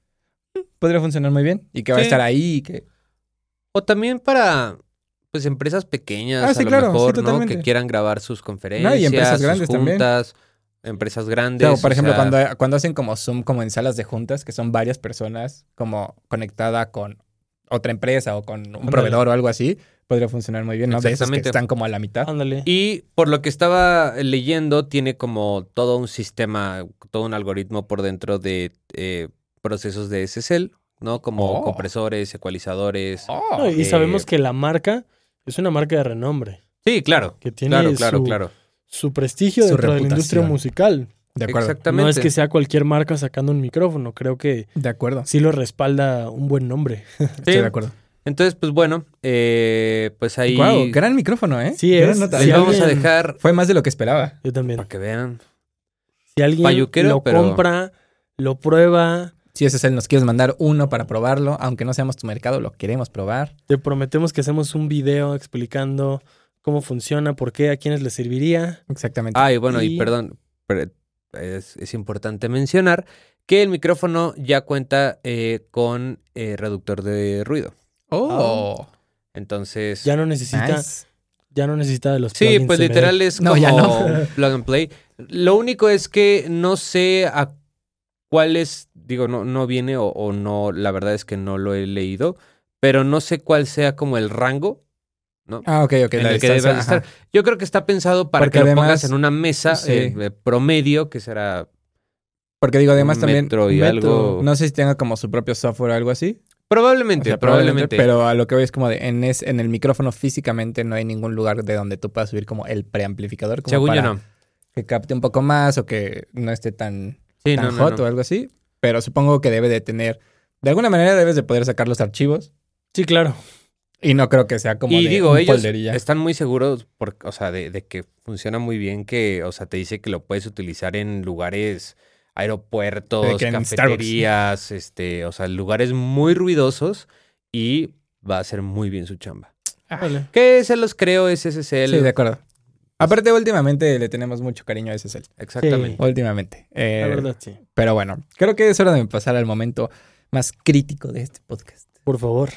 Speaker 2: mm, podría funcionar muy bien. Y que va a
Speaker 1: Sí.
Speaker 2: estar ahí y que...
Speaker 1: O también para pues empresas pequeñas,
Speaker 2: Ah, sí,
Speaker 1: a lo
Speaker 2: claro, sí,
Speaker 1: mejor, ¿no?
Speaker 2: totalmente.
Speaker 1: Que quieran grabar sus conferencias,
Speaker 2: empresas
Speaker 1: sus
Speaker 2: grandes también.
Speaker 1: juntas, empresas grandes.
Speaker 2: Claro, por
Speaker 1: o
Speaker 2: ejemplo,
Speaker 1: sea,
Speaker 2: cuando, cuando hacen como Zoom, como en salas de juntas, que son varias personas como conectada con otra empresa o con un
Speaker 3: Ándale.
Speaker 2: proveedor o algo así, podría funcionar muy bien, ¿no? De esos que
Speaker 1: Exactamente.
Speaker 2: están como a la mitad.
Speaker 3: Ándale.
Speaker 1: Y por lo que estaba leyendo, tiene como todo un sistema, todo un algoritmo por dentro de eh, procesos de SSL, ¿no? Como
Speaker 2: Oh.
Speaker 1: compresores, ecualizadores.
Speaker 2: Oh,
Speaker 3: No, y
Speaker 1: eh,
Speaker 3: sabemos que la marca es una marca de renombre,
Speaker 1: Sí, claro.
Speaker 3: que tiene
Speaker 1: Claro, claro,
Speaker 3: su,
Speaker 1: claro.
Speaker 3: su prestigio
Speaker 2: Su
Speaker 3: dentro de la industria
Speaker 2: reputación.
Speaker 3: musical.
Speaker 2: de acuerdo.
Speaker 1: Exactamente.
Speaker 3: No es que sea cualquier marca sacando un micrófono, creo que
Speaker 2: De acuerdo.
Speaker 3: sí lo respalda un buen nombre.
Speaker 1: Sí.
Speaker 2: Estoy de acuerdo.
Speaker 1: Entonces, pues bueno, eh, pues ahí
Speaker 2: Wow, gran micrófono, ¿eh?
Speaker 3: Sí
Speaker 2: Gran
Speaker 3: es,
Speaker 2: nota.
Speaker 1: les
Speaker 3: si
Speaker 1: vamos a
Speaker 3: alguien-
Speaker 1: dejar
Speaker 2: Fue más de lo que esperaba.
Speaker 3: Yo también.
Speaker 1: para que vean.
Speaker 3: Si alguien
Speaker 1: Payuquero,
Speaker 3: lo
Speaker 1: pero-
Speaker 3: compra, lo prueba,
Speaker 2: Si ese es el, nos quieres mandar uno para probarlo, aunque no seamos tu mercado, lo queremos probar.
Speaker 3: te prometemos que hacemos un video explicando cómo funciona, por qué, a quiénes le serviría.
Speaker 2: Exactamente.
Speaker 1: Ah, y bueno, y,
Speaker 3: Y-
Speaker 1: perdón, pero es, es importante mencionar que el micrófono ya cuenta eh, con eh, reductor de ruido.
Speaker 2: oh,
Speaker 1: ah, Entonces,
Speaker 3: Ya no necesita,
Speaker 2: nice.
Speaker 3: ya no necesita de los
Speaker 1: sí,
Speaker 3: plugins
Speaker 1: pues
Speaker 3: CBD.
Speaker 1: literal es
Speaker 2: No,
Speaker 1: como
Speaker 2: ya
Speaker 1: plug and play. Lo único es que no sé a cuál es, digo, no, no viene o, o no, la verdad es que no lo he leído, pero no sé cuál sea como el rango.
Speaker 2: Ah, ok, ok.
Speaker 1: en
Speaker 2: la
Speaker 1: el que
Speaker 2: distancia,
Speaker 1: debas
Speaker 2: ajá.
Speaker 1: estar. Yo creo que está pensado para
Speaker 2: Porque
Speaker 1: que lo
Speaker 2: además-
Speaker 1: pongas en una mesa
Speaker 2: sí.
Speaker 1: eh, de promedio, que será
Speaker 2: Porque digo, además
Speaker 1: Un
Speaker 2: también.
Speaker 1: metro y algo.
Speaker 2: No sé si tenga como su propio software o algo así. O
Speaker 1: probablemente,
Speaker 2: sea,
Speaker 1: probablemente.
Speaker 2: Pero a lo que voy es como de. En, es, en el micrófono físicamente no hay ningún lugar de donde tú puedas subir como el preamplificador. Como
Speaker 1: Según
Speaker 2: para
Speaker 1: yo no.
Speaker 2: Que capte un poco más o que no esté tan,
Speaker 1: Sí,
Speaker 2: tan
Speaker 1: no, no,
Speaker 2: hot
Speaker 1: no.
Speaker 2: o algo así. Pero supongo que debe de tener. De alguna manera debes de poder sacar los archivos.
Speaker 3: Sí, claro.
Speaker 2: Y no creo que sea como.
Speaker 1: Y
Speaker 2: de
Speaker 1: digo,
Speaker 2: un
Speaker 1: ellos
Speaker 2: folder y ya.
Speaker 1: están muy seguros, por, o sea, de, de que funciona muy bien, que, o sea, te dice que lo puedes utilizar en lugares,
Speaker 2: De
Speaker 1: aeropuertos,
Speaker 2: que en
Speaker 1: cafeterías, este, o sea, lugares muy ruidosos y va a hacer muy bien su chamba.
Speaker 3: Vale.
Speaker 1: Que se los creo, es SSL.
Speaker 2: Sí, de acuerdo. Aparte, últimamente le tenemos mucho cariño a SSL.
Speaker 1: Exactamente.
Speaker 2: Últimamente. Eh,
Speaker 3: La verdad, sí.
Speaker 2: Pero bueno, creo que es hora de pasar al momento más crítico de este podcast.
Speaker 3: Por favor.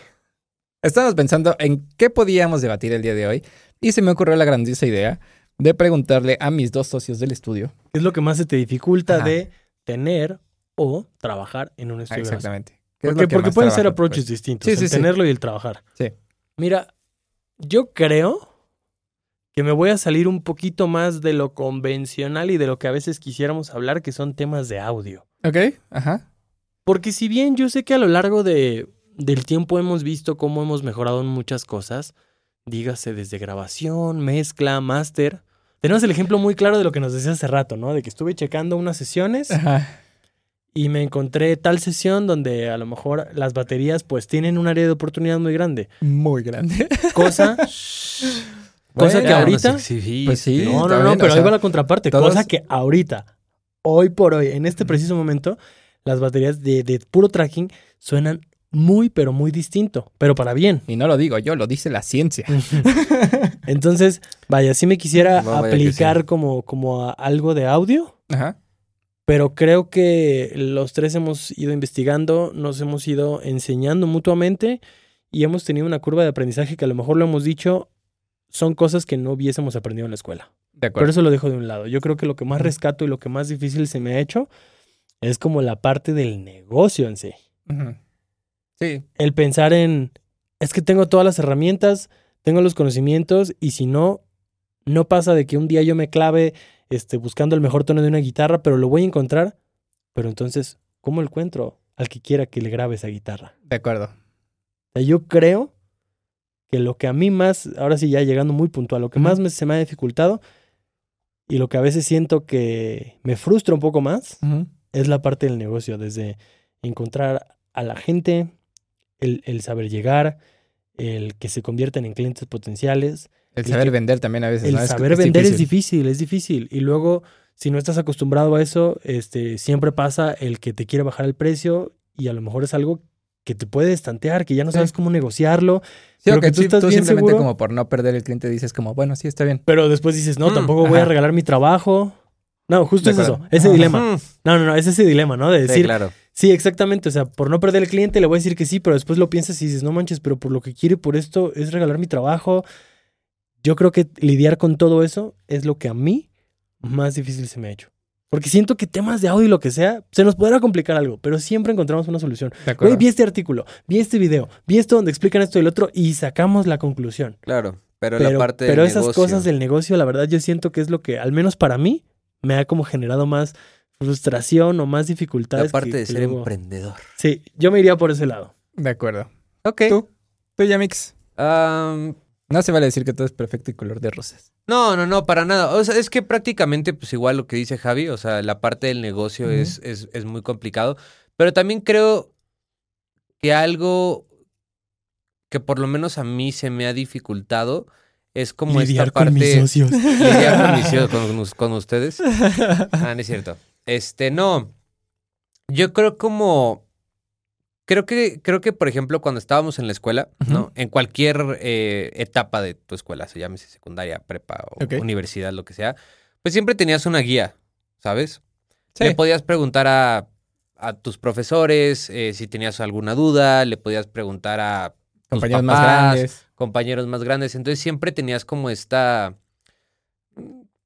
Speaker 2: Estábamos pensando en qué podíamos debatir el día de hoy y se me ocurrió la grandiosa idea de preguntarle a mis dos socios del estudio.
Speaker 3: Es lo que más se te dificulta
Speaker 2: Ajá.
Speaker 3: de tener o trabajar en un estudio. de grabación.
Speaker 2: exactamente. ¿Qué es
Speaker 3: Porque,
Speaker 2: lo que
Speaker 3: porque
Speaker 2: más
Speaker 3: pueden ser
Speaker 2: trabajan,
Speaker 3: approaches
Speaker 2: pues?
Speaker 3: distintos,
Speaker 2: Sí,
Speaker 3: el
Speaker 2: sí, sí.
Speaker 3: tenerlo y el trabajar.
Speaker 2: Sí.
Speaker 3: Mira, yo creo que me voy a salir un poquito más de lo convencional y de lo que a veces quisiéramos hablar, que son temas de audio.
Speaker 2: Ok, ajá.
Speaker 3: Porque si bien yo sé que a lo largo de, del tiempo hemos visto cómo hemos mejorado en muchas cosas, dígase desde grabación, mezcla, máster. Tenemos el ejemplo muy claro de lo que nos decía hace rato, ¿no? De que estuve checando unas sesiones
Speaker 2: Ajá.
Speaker 3: y me encontré tal sesión donde a lo mejor las baterías pues tienen un área de oportunidad muy grande.
Speaker 2: Muy grande.
Speaker 3: Cosa, cosa que
Speaker 2: Bueno,
Speaker 3: ahorita...
Speaker 2: Pues sí.
Speaker 3: No,
Speaker 2: está
Speaker 3: no, no,
Speaker 2: bien,
Speaker 3: pero
Speaker 2: o
Speaker 3: ahí
Speaker 2: sea,
Speaker 3: va la contraparte.
Speaker 2: todos-
Speaker 3: Cosa que ahorita, hoy por hoy, en este preciso momento, las baterías de, de puro tracking suenan muy, pero muy distinto, pero para bien.
Speaker 2: Y no lo digo yo, lo dice la ciencia.
Speaker 3: Entonces, vaya, si me quisiera
Speaker 1: No, vaya que
Speaker 3: aplicar como, como a algo de audio,
Speaker 2: Ajá.
Speaker 3: Pero creo que los tres hemos ido investigando, nos hemos ido enseñando mutuamente y hemos tenido una curva de aprendizaje que a lo mejor lo hemos dicho, son cosas que no hubiésemos aprendido en la escuela.
Speaker 2: De
Speaker 3: Por
Speaker 2: acuerdo.
Speaker 3: eso lo dejo de un lado. Yo creo que lo que más rescato y lo que más difícil se me ha hecho es como la parte del negocio en sí.
Speaker 2: Ujú. Sí,
Speaker 3: El pensar en, es que tengo todas las herramientas, tengo los conocimientos y si no, no pasa de que un día yo me clave este, buscando el mejor tono de una guitarra, pero lo voy a encontrar. Pero entonces, ¿cómo encuentro al que quiera que le grabe esa guitarra?
Speaker 2: de acuerdo.
Speaker 3: O sea, yo creo que lo que a mí más, ahora sí ya llegando muy puntual, lo que
Speaker 2: Ujú.
Speaker 3: más me- se me ha dificultado y lo que a veces siento que me frustra un poco más es la parte del negocio, desde encontrar a la gente, el, el saber llegar, el que se conviertan en clientes potenciales.
Speaker 2: El
Speaker 3: Y
Speaker 2: saber
Speaker 3: que-
Speaker 2: vender también a veces.
Speaker 3: el
Speaker 2: ¿no? Es-
Speaker 3: saber
Speaker 2: es
Speaker 3: vender
Speaker 2: difícil.
Speaker 3: es difícil, es difícil. Y luego, si no estás acostumbrado a eso, este, siempre pasa el que te quiere bajar el precio y a lo mejor es algo que te puede estantear, que ya no
Speaker 2: Sí.
Speaker 3: sabes cómo negociarlo,
Speaker 2: Sí,
Speaker 3: Pero
Speaker 2: o
Speaker 3: que
Speaker 2: que
Speaker 3: tú
Speaker 2: tú,
Speaker 3: estás
Speaker 2: tú
Speaker 3: bien
Speaker 2: simplemente
Speaker 3: seguro.
Speaker 2: como por no perder el cliente dices como, bueno, sí, está bien.
Speaker 3: pero después dices, no,
Speaker 1: Mm,
Speaker 3: tampoco voy a
Speaker 1: ajá.
Speaker 3: regalar mi trabajo. No, justo
Speaker 2: De
Speaker 3: es eso,
Speaker 2: acuerdo.
Speaker 3: ese
Speaker 2: Ajá.
Speaker 3: dilema.
Speaker 1: Mm,
Speaker 3: No, no, no, es ese dilema, ¿no? De
Speaker 1: sí,
Speaker 3: decir,
Speaker 1: claro.
Speaker 3: Sí, exactamente. O sea, por no perder el cliente le voy a decir que sí, pero después lo piensas y dices, no manches, pero por lo que quiero y por esto es regalar mi trabajo. Yo creo que lidiar con todo eso es lo que a mí más difícil se me ha hecho. Porque siento que temas de audio y lo que sea, se nos podrá complicar algo, pero siempre encontramos una solución.
Speaker 2: De acuerdo.
Speaker 3: Güey, vi este artículo, vi este video, vi esto donde explican esto y el otro y sacamos la conclusión.
Speaker 1: Claro, pero,
Speaker 3: Pero,
Speaker 1: la parte
Speaker 3: pero
Speaker 1: del
Speaker 3: esas
Speaker 1: negocio.
Speaker 3: cosas del negocio, la verdad, yo siento que es lo que, al menos para mí, me ha como generado más frustración o más dificultades.
Speaker 1: la parte
Speaker 3: que-
Speaker 1: de
Speaker 3: que
Speaker 1: ser
Speaker 3: luego-
Speaker 1: emprendedor.
Speaker 3: Sí, yo me iría por ese lado.
Speaker 2: De acuerdo.
Speaker 1: Ok.
Speaker 2: Tú, tú Yamix.
Speaker 1: Am,
Speaker 2: No se vale decir que todo es perfecto y color de rosas.
Speaker 1: no, no, no, para nada. O sea, es que prácticamente, pues igual lo que dice Javi, o sea, la parte del negocio
Speaker 2: Ujú.
Speaker 1: es, es, es muy complicado. Pero también creo que algo que por lo menos a mí se me ha dificultado es como
Speaker 3: Lidiar
Speaker 1: esta
Speaker 3: con
Speaker 1: parte.
Speaker 3: mis socios.
Speaker 1: lidiar con, mis hijos, con, us- con ustedes. Ah, no es cierto. Este, no. Yo creo como. Creo que, creo que, por ejemplo, cuando estábamos en la escuela, ¿no?
Speaker 2: Ujú.
Speaker 1: En cualquier eh, etapa de tu escuela, se llámese secundaria, prepa o
Speaker 2: Ok.
Speaker 1: universidad, lo que sea, pues siempre tenías una guía, ¿sabes?
Speaker 2: Sí.
Speaker 1: Le podías preguntar a, a tus profesores eh, si tenías alguna duda, le podías preguntar a
Speaker 2: Compañías
Speaker 1: tus
Speaker 2: más
Speaker 1: papás,
Speaker 2: grandes.
Speaker 1: compañeros más grandes. Entonces siempre tenías como esta.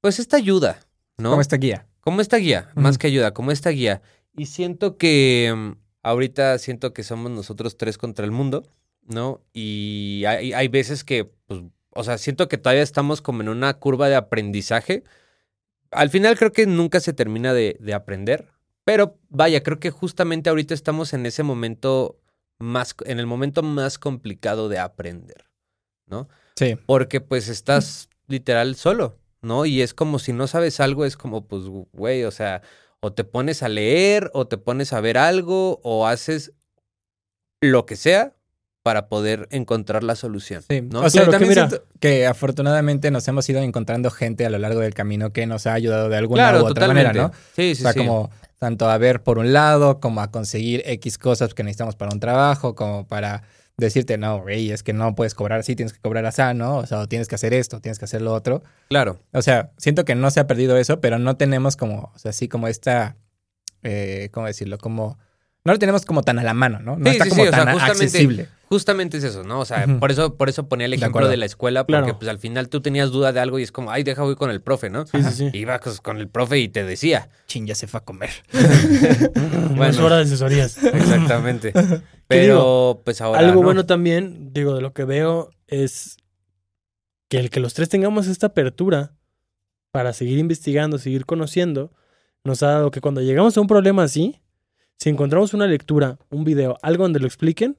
Speaker 1: Pues esta ayuda, ¿no?
Speaker 2: Como esta guía.
Speaker 1: Como esta guía, más
Speaker 2: Ujú.
Speaker 1: que ayuda, como esta guía. Y siento que mm, ahorita siento que somos nosotros tres contra el mundo, ¿no? Y hay, hay veces que, pues, o sea, siento que todavía estamos como en una curva de aprendizaje. Al final creo que nunca se termina de, de aprender, pero vaya, creo que justamente ahorita estamos en ese momento más, en el momento más complicado de aprender.
Speaker 2: Sí.
Speaker 1: Porque pues estás literal solo, ¿no? Y es como si no sabes algo, es como pues, güey, o sea, o te pones a leer, o te pones a ver algo, o haces lo que sea para poder encontrar la solución.
Speaker 2: Sí.
Speaker 1: ¿no?
Speaker 2: O sea,
Speaker 3: Claro que
Speaker 2: también
Speaker 3: mira.
Speaker 2: siento que afortunadamente nos hemos ido encontrando gente a lo largo del camino que nos ha ayudado de alguna
Speaker 1: claro,
Speaker 2: u otra
Speaker 1: totalmente.
Speaker 2: manera, ¿no?
Speaker 1: Sí,
Speaker 2: O
Speaker 1: sí,
Speaker 2: sea,
Speaker 1: sí.
Speaker 2: como tanto a ver por un lado, como a conseguir X cosas que necesitamos para un trabajo, como para decirte, no, güey, es que no puedes cobrar así, tienes que cobrar así, ¿no? O sea, o tienes que hacer esto, tienes que hacer lo otro.
Speaker 1: Claro.
Speaker 2: O sea, siento que no se ha perdido eso, pero no tenemos como, o sea, así como esta, eh, ¿cómo decirlo? Como, no lo tenemos como tan a la mano, ¿no? No
Speaker 1: Sí,
Speaker 2: está
Speaker 1: sí,
Speaker 2: como
Speaker 1: sí, o sea,
Speaker 2: tan a-
Speaker 1: justamente-
Speaker 2: accesible.
Speaker 1: Justamente es eso, ¿no? O sea,
Speaker 2: Ujú.
Speaker 1: por eso, por eso ponía el
Speaker 2: De
Speaker 1: ejemplo
Speaker 2: acuerdo.
Speaker 1: de, la escuela, porque
Speaker 3: Claro.
Speaker 1: pues al final tú tenías duda de algo y es como, ay, deja voy con el profe, ¿no?
Speaker 3: Sí, sí, sí.
Speaker 1: Ibas pues, con el profe y te decía.
Speaker 2: Chin, ya se fue a comer.
Speaker 3: No es
Speaker 1: Bueno.
Speaker 3: hora de asesorías.
Speaker 1: Exactamente.
Speaker 3: digo?
Speaker 1: Pero, pues ahora.
Speaker 3: Algo
Speaker 1: ¿no?
Speaker 3: bueno también, digo, de lo que veo es que el que los tres tengamos esta apertura para seguir investigando, seguir conociendo, nos ha dado que cuando llegamos a un problema así, si encontramos una lectura, un video, algo donde lo expliquen,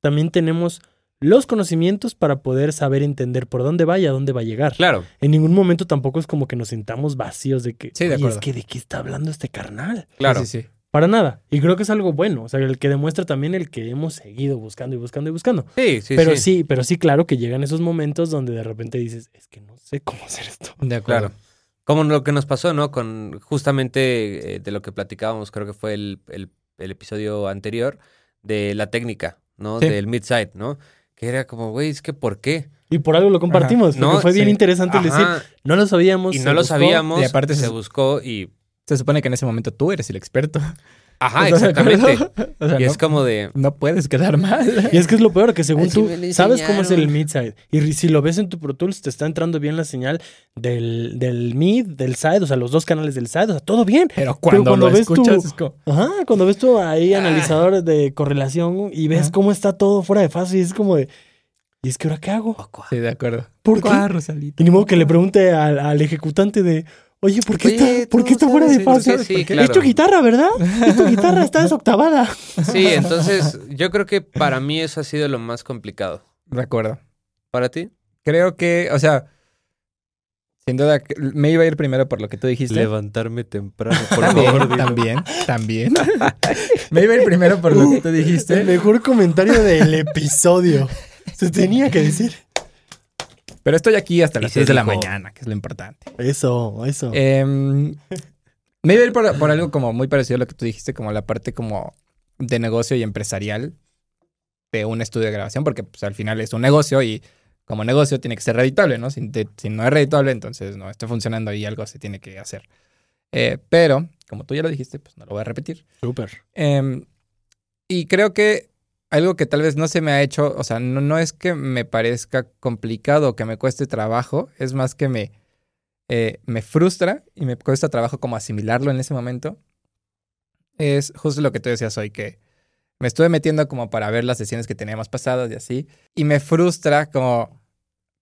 Speaker 3: también tenemos los conocimientos para poder saber entender por dónde va y a dónde va a llegar.
Speaker 1: Claro.
Speaker 3: En ningún momento tampoco es como que nos sintamos vacíos de que,
Speaker 2: Sí, de
Speaker 3: "Oye, es
Speaker 2: acuerdo.
Speaker 3: que de qué está hablando este carnal.
Speaker 1: Claro.
Speaker 2: Sí, sí, sí.
Speaker 3: Para nada. Y creo que es algo bueno. O sea, el que demuestra también el que hemos seguido buscando y buscando y buscando.
Speaker 1: Sí, sí,
Speaker 3: pero
Speaker 1: sí.
Speaker 3: sí. pero sí, claro que llegan esos momentos donde de repente dices, es que no sé cómo hacer esto.
Speaker 2: De acuerdo.
Speaker 1: Claro. Como lo que nos pasó, ¿no? Con justamente eh, de lo que platicábamos, creo que fue el, el- el episodio anterior, de la técnica, ¿no?
Speaker 2: Sí.
Speaker 1: Del mid-side, ¿no? Que era como, güey, es que ¿por qué?
Speaker 3: Y por algo lo compartimos.
Speaker 1: No,
Speaker 3: porque fue bien
Speaker 2: sí.
Speaker 3: interesante el decir,
Speaker 1: Ajá,
Speaker 3: no lo sabíamos.
Speaker 1: y
Speaker 3: se
Speaker 1: no lo
Speaker 3: buscó".
Speaker 1: sabíamos,
Speaker 2: y aparte
Speaker 1: se
Speaker 2: se-
Speaker 1: buscó y
Speaker 2: Se supone que en ese momento tú eres el experto.
Speaker 1: Ajá,
Speaker 2: ¿Estás de acuerdo?
Speaker 1: exactamente.
Speaker 2: O sea,
Speaker 1: Y
Speaker 2: no,
Speaker 1: es como de.
Speaker 2: no puedes quedar mal.
Speaker 3: Y es que es lo peor, que según
Speaker 4: Así
Speaker 3: tú
Speaker 4: me lo
Speaker 3: sabes cómo es el
Speaker 4: enseñaron.
Speaker 3: mid-side. Y ri- si lo ves en tu Pro Tools, te está entrando bien la señal del, del mid, del side, o sea, los dos canales del side, o sea, todo bien.
Speaker 2: Pero cuando,
Speaker 3: cuando
Speaker 2: lo
Speaker 3: ves tu-
Speaker 2: escuchas, es como,
Speaker 3: Ajá, cuando ves tú
Speaker 1: Ah.
Speaker 3: ahí analizadores de correlación y ves
Speaker 2: Ajá.
Speaker 3: cómo está todo fuera de fase, y es como de, ¿y es que ahora qué hago?
Speaker 2: Sí, de acuerdo.
Speaker 3: ¿Por qué?
Speaker 2: Cuá, Rosalita.
Speaker 3: Y ni modo que le pregunte al, al ejecutante de, oye, ¿por qué
Speaker 1: Oye,
Speaker 3: está, ¿por
Speaker 1: tú
Speaker 3: qué está fuera de
Speaker 1: sabes,
Speaker 3: fase?
Speaker 1: sí, sí,
Speaker 3: ¿Por qué?
Speaker 1: claro.
Speaker 3: Es tu guitarra, ¿verdad? Es tu guitarra, está desoctavada.
Speaker 1: Sí, entonces yo creo que para mí eso ha sido lo más complicado.
Speaker 2: De acuerdo.
Speaker 1: ¿Para ti?
Speaker 2: Creo que, o sea, sin duda, que- me iba a ir primero por lo que tú dijiste.
Speaker 1: Levantarme temprano, por
Speaker 2: también, también, también. me iba a ir primero por lo que tú
Speaker 3: El
Speaker 2: dijiste.
Speaker 3: mejor comentario del episodio. Se tenía que decir.
Speaker 2: Pero estoy aquí hasta
Speaker 1: Y
Speaker 2: las
Speaker 1: se
Speaker 2: 6 de la
Speaker 1: dijo.
Speaker 2: mañana, que es lo importante.
Speaker 3: Eso, eso.
Speaker 1: Eh,
Speaker 2: Em, me iba a ir por, por algo como muy parecido a lo que tú dijiste, como la parte como de negocio y empresarial de un estudio de grabación, porque pues, al final es un negocio y como negocio tiene que ser reditable, ¿no? Si, te- si no es reditable, entonces no está funcionando y algo se tiene que hacer. Eh, pero, como tú ya lo dijiste, pues no lo voy a repetir.
Speaker 3: Súper.
Speaker 2: Em, y creo que algo que tal vez no se me ha hecho, o sea, no, no es que me parezca complicado o que me cueste trabajo, es más que me, eh, me frustra y me cuesta trabajo como asimilarlo en ese momento. Es justo lo que tú decías hoy, que me estuve metiendo como para ver las sesiones que teníamos pasadas y así, y me frustra como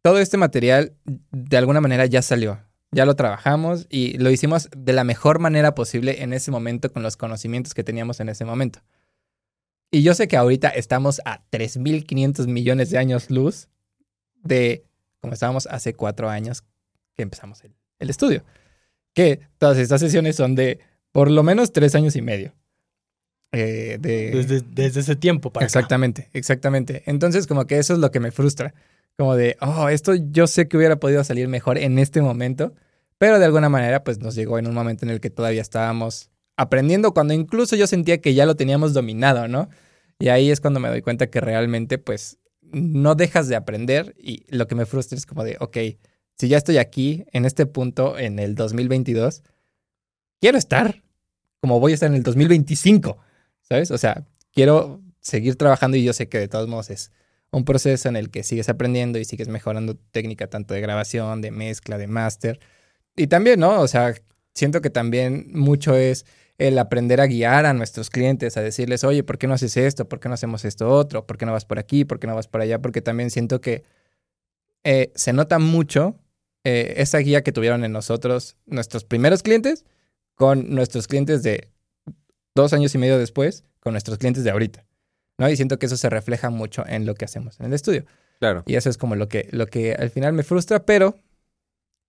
Speaker 2: todo este material de alguna manera ya salió. Ya lo trabajamos y lo hicimos de la mejor manera posible en ese momento con los conocimientos que teníamos en ese momento. Y yo sé que ahorita estamos a 3.500 millones de años luz de como estábamos hace cuatro años que empezamos el, el estudio. Que todas estas sesiones son de por lo menos tres años y medio. Eh, de,
Speaker 3: Desde, desde ese tiempo para acá.
Speaker 2: Exactamente, exactamente. Entonces, como que eso es lo que me frustra. Como de, oh, esto yo sé que hubiera podido salir mejor en este momento, pero de alguna manera, pues nos llegó en un momento en el que todavía estábamos aprendiendo, cuando incluso yo sentía que ya lo teníamos dominado, ¿no? Y ahí es cuando me doy cuenta que realmente, pues, no dejas de aprender y lo que me frustra es como de, ok, si ya estoy aquí, en este punto, en el 2022, quiero estar como voy a estar en el 2025, ¿sabes? O sea, quiero seguir trabajando y yo sé que de todos modos es un proceso en el que sigues aprendiendo y sigues mejorando tu técnica tanto de grabación, de mezcla, de máster. Y también, ¿no? O sea, siento que también mucho es el aprender a guiar a nuestros clientes, a decirles, oye, ¿por qué no haces esto? ¿Por qué no hacemos esto otro? ¿Por qué no vas por aquí? ¿Por qué no vas por allá? Porque también siento que eh, se nota mucho eh, esa guía que tuvieron en nosotros nuestros primeros clientes con nuestros clientes de dos años y medio después, con nuestros clientes de ahorita. ¿no? Y siento que eso se refleja mucho en lo que hacemos en el estudio.
Speaker 1: Claro.
Speaker 2: Y eso es como lo que, lo que al final me frustra, pero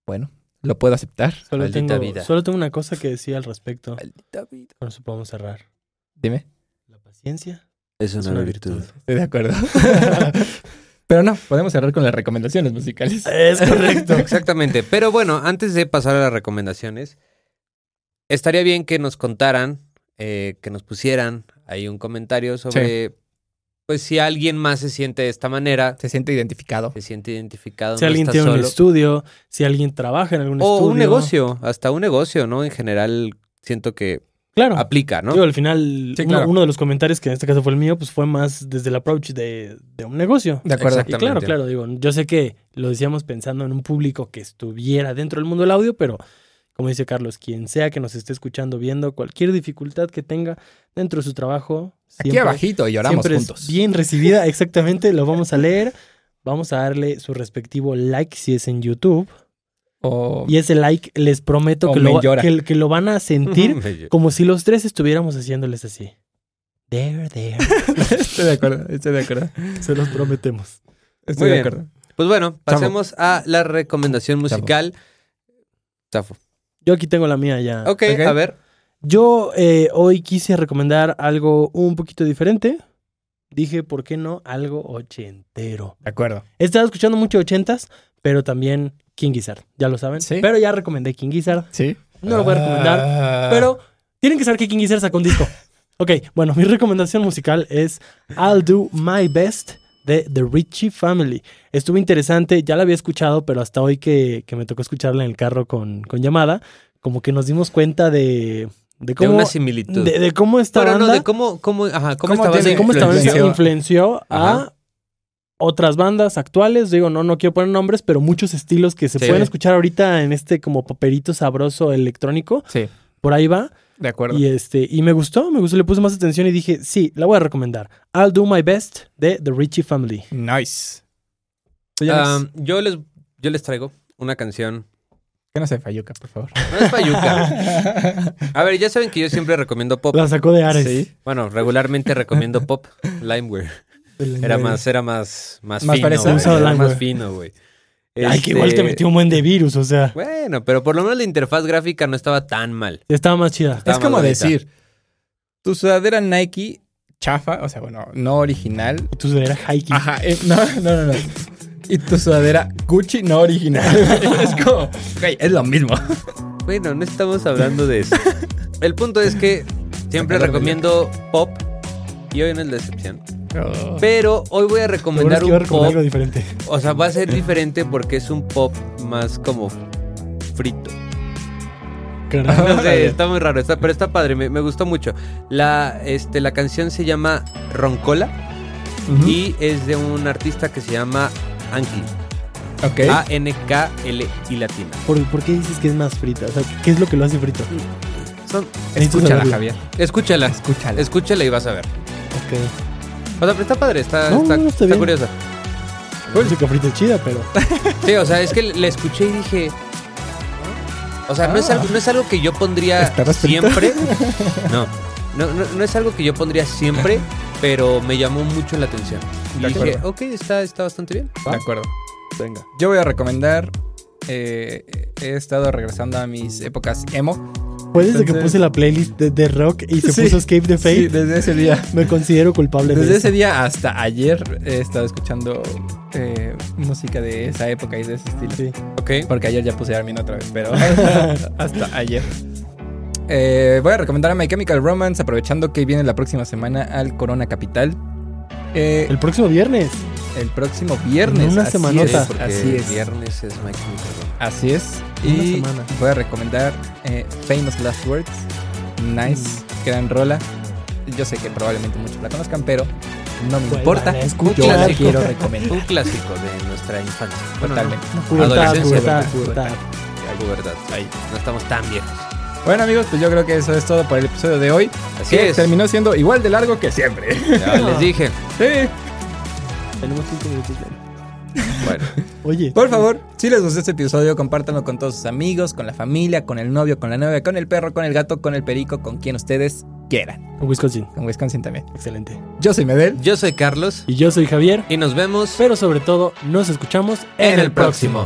Speaker 2: bueno, lo puedo aceptar.
Speaker 3: Solo
Speaker 1: Maldita
Speaker 3: tengo,
Speaker 1: vida.
Speaker 3: solo tengo una cosa que decir al respecto. Con eso podemos cerrar.
Speaker 2: Dime.
Speaker 3: La paciencia
Speaker 1: Es
Speaker 3: es una virtud.
Speaker 2: Estoy de acuerdo. pero no, podemos cerrar con las recomendaciones musicales.
Speaker 3: Es correcto.
Speaker 1: Exactamente. Pero bueno, antes de pasar a las recomendaciones, estaría bien que nos contaran, eh, que nos pusieran ahí un comentario sobre, pues si alguien más se siente de esta manera,
Speaker 2: Se siente identificado.
Speaker 1: se siente identificado,
Speaker 3: si
Speaker 1: no
Speaker 3: alguien
Speaker 1: está
Speaker 3: tiene un
Speaker 1: solo.
Speaker 3: estudio, si alguien trabaja en algún
Speaker 1: o
Speaker 3: estudio.
Speaker 1: un negocio, hasta un negocio, ¿no? En general siento que
Speaker 3: Claro.
Speaker 1: aplica, Ah, ¿no?
Speaker 3: Digo, al final,
Speaker 2: Sí,
Speaker 3: uno,
Speaker 2: claro.
Speaker 3: uno de los comentarios que en este caso fue el mío, pues fue más desde el approach de, de un negocio.
Speaker 2: De acuerdo.
Speaker 3: Y claro,
Speaker 1: Exactamente.
Speaker 3: claro, digo, yo sé que lo decíamos pensando en un público que estuviera dentro del mundo del audio, pero como dice Carlos, quien sea que nos esté escuchando, viendo, cualquier dificultad que tenga dentro de su trabajo,
Speaker 2: Aquí abajito lloramos
Speaker 3: siempre es
Speaker 2: juntos.
Speaker 3: bien recibida, exactamente, lo vamos a leer. Vamos a darle su respectivo like si es en YouTube.
Speaker 2: O-
Speaker 3: Y ese like les prometo
Speaker 2: O
Speaker 3: que
Speaker 2: me
Speaker 3: lo, va-
Speaker 2: llora.
Speaker 3: que, que lo van a sentir
Speaker 1: Me-
Speaker 3: como si los tres estuviéramos haciéndoles así. There, there.
Speaker 2: estoy de acuerdo, estoy de acuerdo.
Speaker 3: Se los prometemos.
Speaker 2: Estoy
Speaker 1: Muy
Speaker 2: de
Speaker 1: bien.
Speaker 2: acuerdo.
Speaker 1: Pues bueno, pasemos a la recomendación musical. Tafo.
Speaker 3: Yo aquí tengo la mía ya.
Speaker 1: ok, a ver.
Speaker 3: Yo eh, hoy quise recomendar algo un poquito diferente. Dije, ¿por qué no? Algo ochentero.
Speaker 2: De acuerdo.
Speaker 3: He estado escuchando mucho ochentas, pero también King Gizzard, ya lo saben.
Speaker 2: Sí. Ah.
Speaker 3: Pero ya recomendé King Gizzard.
Speaker 2: Sí.
Speaker 3: No lo voy a recomendar, pero tienen que saber que King Gizzard sacó un disco. ok, bueno, mi recomendación musical es I'll Do My Best de The Richie Family. Estuvo interesante, ya la había escuchado, pero hasta hoy que, que me tocó escucharla en el carro con, con llamada, como que nos dimos cuenta de, de
Speaker 1: De
Speaker 3: cómo...
Speaker 1: una similitud.
Speaker 3: de- de cómo esta
Speaker 1: Pero
Speaker 3: banda...
Speaker 1: no, de cómo, cómo, ajá, cómo,
Speaker 2: ¿Cómo
Speaker 1: esta banda
Speaker 2: tiene-
Speaker 3: cómo esta banda
Speaker 1: influenció.
Speaker 2: influenció?
Speaker 3: influenció a
Speaker 1: Ajá.
Speaker 3: otras bandas actuales. Digo, no, no quiero poner nombres, pero muchos estilos que se
Speaker 1: Sí.
Speaker 3: pueden escuchar ahorita en este como paperito sabroso electrónico.
Speaker 2: Sí,
Speaker 3: Por ahí va.
Speaker 2: de acuerdo.
Speaker 3: Y este, y me gustó, me gustó, le puse más atención y dije, sí, la voy a recomendar. I'll do my best de The Richie Family.
Speaker 2: Nice.
Speaker 3: Tú ya ves.
Speaker 1: Ah, yo, les, yo les traigo una canción.
Speaker 2: Que no se falluca, por favor.
Speaker 1: No es payuca. A ver, ya saben que yo siempre recomiendo pop.
Speaker 3: la sacó de Ares.
Speaker 2: Sí.
Speaker 1: Bueno, regularmente recomiendo pop. Limeware. Era más, era más, más,
Speaker 2: Más
Speaker 1: fino.
Speaker 2: fresa.
Speaker 1: güey.
Speaker 3: Usado
Speaker 1: Era más
Speaker 3: Limeware.
Speaker 1: fino, güey.
Speaker 3: Ay, que igual te
Speaker 1: Este,
Speaker 3: metió un buen de virus, o sea.
Speaker 1: Bueno, pero por lo menos la interfaz gráfica no estaba tan mal.
Speaker 3: Estaba más chida.
Speaker 1: Estaba
Speaker 2: es como
Speaker 1: más bonita.
Speaker 2: decir, tu sudadera Nike chafa, o sea, bueno, no original.
Speaker 3: Y tu sudadera hiking.
Speaker 2: Ajá, eh, no, no, no, no. Y tu sudadera Gucci no original. es como, güey, es lo mismo.
Speaker 1: Bueno, no estamos hablando de eso. El punto es que siempre
Speaker 2: Sacarlo de
Speaker 1: recomiendo pop y hoy no es la excepción.
Speaker 2: Oh.
Speaker 1: Pero hoy voy a
Speaker 3: Lo bueno
Speaker 1: recomendar
Speaker 3: es que iba a
Speaker 1: un
Speaker 3: recomendar
Speaker 1: pop.
Speaker 3: algo diferente.
Speaker 1: O sea, va a ser diferente porque es un pop más como frito.
Speaker 3: Carajo.
Speaker 1: No sé, está muy raro, está, pero está padre, me, me gustó mucho. La, este, la canción se llama Roncola
Speaker 3: Ujú.
Speaker 1: y es de un artista que se llama Anki.
Speaker 2: Ok.
Speaker 1: A-N-K-L y latina.
Speaker 3: ¿Por, por qué dices que es más frita? O sea, ¿qué es lo que lo hace frito?
Speaker 1: Son-
Speaker 3: necesito
Speaker 2: escúchala,
Speaker 3: saberlo.
Speaker 2: Javier.
Speaker 1: escúchala,
Speaker 2: Escúchala.
Speaker 1: escúchala y vas a ver.
Speaker 3: Ok.
Speaker 1: O sea, pero está padre, está,
Speaker 3: No,
Speaker 1: está,
Speaker 3: no, está
Speaker 1: está
Speaker 3: bien.
Speaker 1: curiosa.
Speaker 3: La música frita es chida, pero.
Speaker 1: Sí, o sea, es que la escuché y dije. O sea, no, es algo, no es algo que yo pondría
Speaker 2: Ah. ¿Estabas frito?
Speaker 1: siempre. No. No, no, no es algo que yo pondría siempre, pero me llamó mucho la atención. Y
Speaker 2: De
Speaker 1: dije,
Speaker 2: acuerdo.
Speaker 1: ok, está, está bastante bien.
Speaker 2: De acuerdo. Venga. Yo voy a recomendar. eh, he estado regresando a mis épocas emo.
Speaker 3: Fue desde que
Speaker 2: Entonces-
Speaker 3: puse la playlist de, de rock y se
Speaker 2: Sí.
Speaker 3: puso Escape the
Speaker 2: Sí,
Speaker 3: Fate.
Speaker 2: desde ese día.
Speaker 3: Me considero culpable
Speaker 2: Desde
Speaker 3: de eso.
Speaker 2: ese día hasta ayer he estado escuchando eh, música de esa época y de ese estilo.
Speaker 3: Sí.
Speaker 1: Ok.
Speaker 2: Porque ayer ya puse Armin otra vez, pero hasta ayer. Eh, voy a recomendar a My Chemical Romance, aprovechando que viene la próxima semana al Corona Capital. Eh,
Speaker 3: El próximo viernes.
Speaker 2: el próximo viernes.
Speaker 3: En una
Speaker 2: así
Speaker 3: semanota.
Speaker 2: es, así es.
Speaker 1: Viernes es My Chemical
Speaker 2: Así es.
Speaker 3: Una
Speaker 2: Y
Speaker 3: semana.
Speaker 2: voy a recomendar eh, Famous Last Words. Nice. Gran rola. Yo sé que probablemente muchos la conozcan, pero no me
Speaker 3: Vuelvan
Speaker 2: importa.
Speaker 3: a
Speaker 2: Yo la
Speaker 3: escuchar.
Speaker 2: quiero
Speaker 1: Romance.
Speaker 2: recomendar.
Speaker 1: Un clásico de nuestra infancia. Bueno, no,
Speaker 2: Totalmente.
Speaker 3: Pubertad,
Speaker 1: Adolescencia,
Speaker 3: pubertad,
Speaker 2: pubertad.
Speaker 3: pubertad.
Speaker 1: algo verdad. Ahí. No estamos tan viejos.
Speaker 2: Bueno amigos, pues yo creo que eso es todo por el episodio de hoy.
Speaker 1: Así
Speaker 2: Que
Speaker 1: es.
Speaker 2: terminó siendo igual de largo que siempre.
Speaker 1: Ya les dije.
Speaker 2: Sí.
Speaker 3: Tenemos cinco minutos. ¿no?
Speaker 1: Bueno,
Speaker 3: Oye.
Speaker 2: Por favor, si les gustó este episodio, compártanlo con todos sus amigos, con la familia, con el novio, con la novia, con el perro, con el gato, con el perico, con quien ustedes quieran.
Speaker 3: Wisconsin.
Speaker 2: Con Wisconsin también.
Speaker 3: Excelente.
Speaker 2: Yo soy Medel.
Speaker 1: yo soy Carlos
Speaker 3: Y yo soy Javier.
Speaker 1: y nos vemos
Speaker 3: Pero sobre todo, nos escuchamos
Speaker 1: en el próximo.